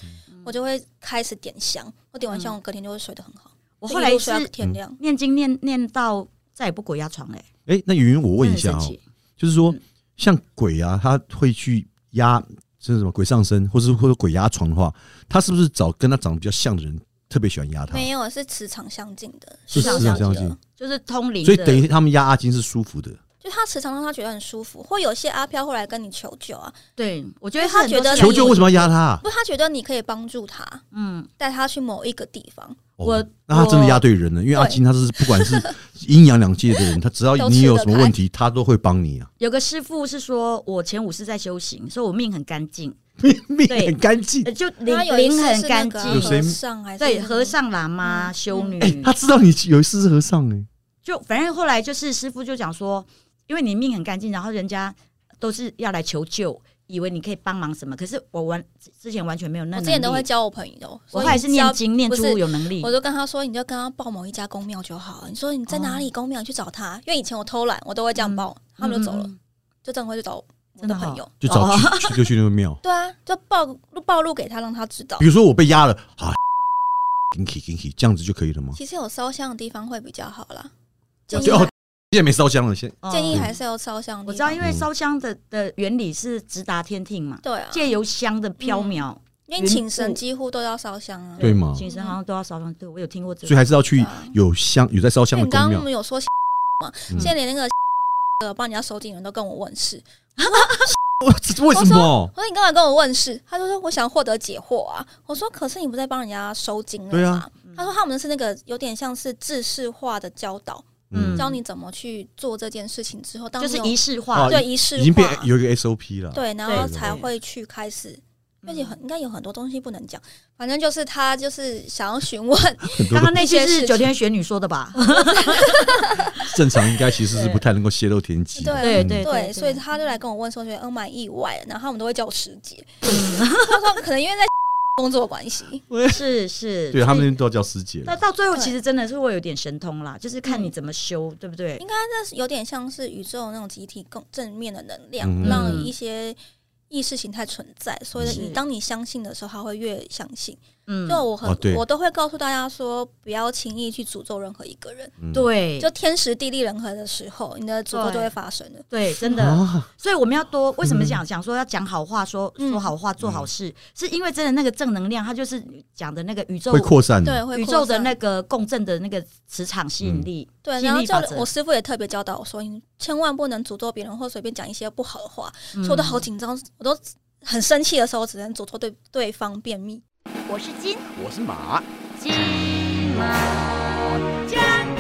[SPEAKER 3] 我就会开始点香，我点完香，
[SPEAKER 1] 嗯
[SPEAKER 3] 我隔天就会睡得很好，
[SPEAKER 1] 我
[SPEAKER 3] 就
[SPEAKER 1] 后
[SPEAKER 3] 一
[SPEAKER 1] 来
[SPEAKER 3] 路睡到
[SPEAKER 1] 是
[SPEAKER 2] 嗯
[SPEAKER 3] 天亮。
[SPEAKER 1] 念经念念到再也不鬼压床嘞、欸。
[SPEAKER 2] 哎、那云云，我问一下
[SPEAKER 1] 真的
[SPEAKER 2] 啊、
[SPEAKER 1] 很神奇
[SPEAKER 2] 就是说
[SPEAKER 1] 嗯，
[SPEAKER 2] 像鬼啊，他会去压，这是什么鬼上身，或是或者鬼压床的话，他是不是找跟他长得比较像的人特别喜欢
[SPEAKER 1] 嗯
[SPEAKER 2] 压他？
[SPEAKER 3] 没有，是磁场相近的，
[SPEAKER 2] 是
[SPEAKER 1] 磁场
[SPEAKER 2] 相近
[SPEAKER 3] 的，
[SPEAKER 1] 就是通灵的，
[SPEAKER 2] 所以等于他们压阿金是舒服的，
[SPEAKER 3] 就他磁场让他觉得很舒服，或有些阿飘会来跟你求救啊，
[SPEAKER 1] 对我觉得
[SPEAKER 3] 因为他觉得
[SPEAKER 1] 是很多
[SPEAKER 2] 求救为什么要压他啊？
[SPEAKER 3] 不，他觉得你可以帮助他，
[SPEAKER 1] 嗯，
[SPEAKER 3] 带他去某一个地方，
[SPEAKER 2] 哦
[SPEAKER 1] 我
[SPEAKER 2] 那他真的
[SPEAKER 1] 我
[SPEAKER 2] 压对人了，因为阿金他是 不管是阴阳两界的人，他只 要
[SPEAKER 3] 都
[SPEAKER 2] 你
[SPEAKER 3] 吃
[SPEAKER 2] 有
[SPEAKER 3] 得
[SPEAKER 2] 什么
[SPEAKER 3] 开
[SPEAKER 2] 问题，他都会帮你啊，
[SPEAKER 1] 有个师傅是说我前五世在修行，所以我命很干净，
[SPEAKER 2] 命
[SPEAKER 1] 对
[SPEAKER 2] 很干净
[SPEAKER 1] 呃。就灵
[SPEAKER 3] 他有一
[SPEAKER 1] 灵
[SPEAKER 3] 次
[SPEAKER 1] 很
[SPEAKER 3] 是那
[SPEAKER 1] 干
[SPEAKER 3] 个
[SPEAKER 1] 净
[SPEAKER 3] 啊。
[SPEAKER 2] 有谁哎
[SPEAKER 3] 和尚还是
[SPEAKER 1] 对，和尚、喇嘛、
[SPEAKER 3] 嗯
[SPEAKER 1] 修女，
[SPEAKER 2] 他知道你有一次是和尚哎、
[SPEAKER 1] 就反正后来就是师傅就讲说，因为你命很干净，然后人家都是要来求救，以为你可以帮忙什么，可是我完之前完全没有那
[SPEAKER 3] 我
[SPEAKER 1] 能
[SPEAKER 3] 之
[SPEAKER 1] 力。
[SPEAKER 3] 前都会教我朋友，
[SPEAKER 1] 我
[SPEAKER 3] 所以
[SPEAKER 1] 后来是
[SPEAKER 3] 你只要
[SPEAKER 1] 念经念
[SPEAKER 3] 不
[SPEAKER 1] 出
[SPEAKER 3] 是
[SPEAKER 1] 有能力
[SPEAKER 3] 我，就跟他说，你就跟他报某一家公庙就好。你说你在哪里公庙，你去找他。因为以前我偷懒，我都会这样报，他们就走了，
[SPEAKER 1] 哦嗯。
[SPEAKER 3] 就这样回去找我
[SPEAKER 1] 真的
[SPEAKER 3] 的
[SPEAKER 1] 哦
[SPEAKER 3] 朋友。
[SPEAKER 2] 就找去去就去那个庙。
[SPEAKER 3] 对啊，就报暴露给他，让他知道
[SPEAKER 2] 比。如说我被压了啊 g i n k y g i n k y 这样子就可以了吗？
[SPEAKER 3] 其实有烧香的地方会比较好啦，
[SPEAKER 1] 就
[SPEAKER 3] 建
[SPEAKER 1] 嗯
[SPEAKER 3] 议
[SPEAKER 2] 就哦，现在没烧香了，现在
[SPEAKER 1] 哦
[SPEAKER 3] 建议还是要烧香的地方。
[SPEAKER 1] 我知道，因为
[SPEAKER 2] 嗯
[SPEAKER 1] 烧香的的原理是直达天听嘛，
[SPEAKER 3] 对啊，
[SPEAKER 1] 借由香的
[SPEAKER 3] 嗯
[SPEAKER 1] 缥缈，
[SPEAKER 3] 因为请神几乎都要烧香啊。
[SPEAKER 2] 嗯对嘛
[SPEAKER 1] 请嗯神好像都要烧香，对我有听过这
[SPEAKER 2] 所以
[SPEAKER 1] 个。
[SPEAKER 2] 还是要去
[SPEAKER 3] 对啊
[SPEAKER 2] 有香有在烧香
[SPEAKER 3] 因为
[SPEAKER 2] 的
[SPEAKER 3] 你刚
[SPEAKER 2] 公
[SPEAKER 3] 刚
[SPEAKER 2] 庙。
[SPEAKER 3] 我们有说嘛，
[SPEAKER 2] 嗯
[SPEAKER 3] 现在连那个 呃帮人家收金人都跟我问事。
[SPEAKER 2] 哇哦这为什么？
[SPEAKER 3] 我说你干嘛跟我问事？他就说我想获得解惑啊。我说可是你不在帮人家收金了
[SPEAKER 2] 对
[SPEAKER 3] 吗？
[SPEAKER 2] 啊
[SPEAKER 3] 他说他们是那个有点像是制式化的教导，
[SPEAKER 1] 嗯
[SPEAKER 2] 嗯，
[SPEAKER 3] 教你怎么去做这件事情之后，当
[SPEAKER 1] 就
[SPEAKER 3] 你
[SPEAKER 1] 是
[SPEAKER 3] 有
[SPEAKER 1] 仪式
[SPEAKER 2] 啊
[SPEAKER 1] 化，
[SPEAKER 3] 对仪式
[SPEAKER 2] 已经变
[SPEAKER 3] 化，
[SPEAKER 2] 有一个 SOP 了。
[SPEAKER 3] 对，然后
[SPEAKER 1] 对嗯
[SPEAKER 3] 才会去开始。而且很应该有很多东西不能讲，反正就是他就是想要询问，
[SPEAKER 2] 很多
[SPEAKER 1] 刚刚那句
[SPEAKER 3] 一些事
[SPEAKER 1] 是
[SPEAKER 3] 情
[SPEAKER 1] 九天玄女说的吧？
[SPEAKER 2] 正常应该其实是
[SPEAKER 1] 对
[SPEAKER 2] 不太能够泄露天机嗯的。
[SPEAKER 3] 对
[SPEAKER 1] 对对
[SPEAKER 3] 对，
[SPEAKER 1] 对，
[SPEAKER 3] 所以他就来跟我问说，觉得嗯蛮意外的，然后他们都会叫我师 姐，他说可能因为在 工作关系，
[SPEAKER 1] 是是，
[SPEAKER 2] 对他
[SPEAKER 1] 所以
[SPEAKER 2] 们那边都要叫师姐了
[SPEAKER 1] 那。到最后
[SPEAKER 3] 对嗯
[SPEAKER 1] 其实真的是会有点神通啦，就是看你怎么修，对不对？
[SPEAKER 3] 应该那是有点像是宇宙那种集体更正面的能量，
[SPEAKER 2] 嗯
[SPEAKER 3] 让一些意识形态存在，所以
[SPEAKER 1] 是
[SPEAKER 3] 你当你相信的时候，他会越相信。
[SPEAKER 1] 嗯，
[SPEAKER 3] 就我很、
[SPEAKER 2] 哦对
[SPEAKER 3] 我都会告诉大家说，不要轻易去诅咒任何一个人。
[SPEAKER 2] 嗯
[SPEAKER 1] 对，
[SPEAKER 3] 就天时地利人和的时候，你的诅咒就会发生
[SPEAKER 2] 嗯
[SPEAKER 3] 了。
[SPEAKER 1] 对，真的。
[SPEAKER 2] 啊，嗯
[SPEAKER 1] 所以我们要多为什么讲讲说要讲好话，说
[SPEAKER 3] 嗯
[SPEAKER 1] 说好话，做好事，是因为真的那个正能量，它就是讲的那个宇宙
[SPEAKER 2] 会扩散的，
[SPEAKER 3] 对，会
[SPEAKER 1] 宇
[SPEAKER 3] 扩
[SPEAKER 1] 宙的
[SPEAKER 3] 散
[SPEAKER 1] 那个共振的那个磁场吸引力。
[SPEAKER 3] 对，
[SPEAKER 1] 吸引
[SPEAKER 3] 然后
[SPEAKER 1] 力
[SPEAKER 3] 教
[SPEAKER 1] 法则
[SPEAKER 3] 我师傅也特别教导我说，你千万不能诅咒别人或随便讲一些不好的话，
[SPEAKER 1] 嗯
[SPEAKER 3] 说我都好紧张，我都很生气的时候，只能诅咒对对方便秘。
[SPEAKER 1] 我是金
[SPEAKER 4] 我是马，
[SPEAKER 1] 金毛将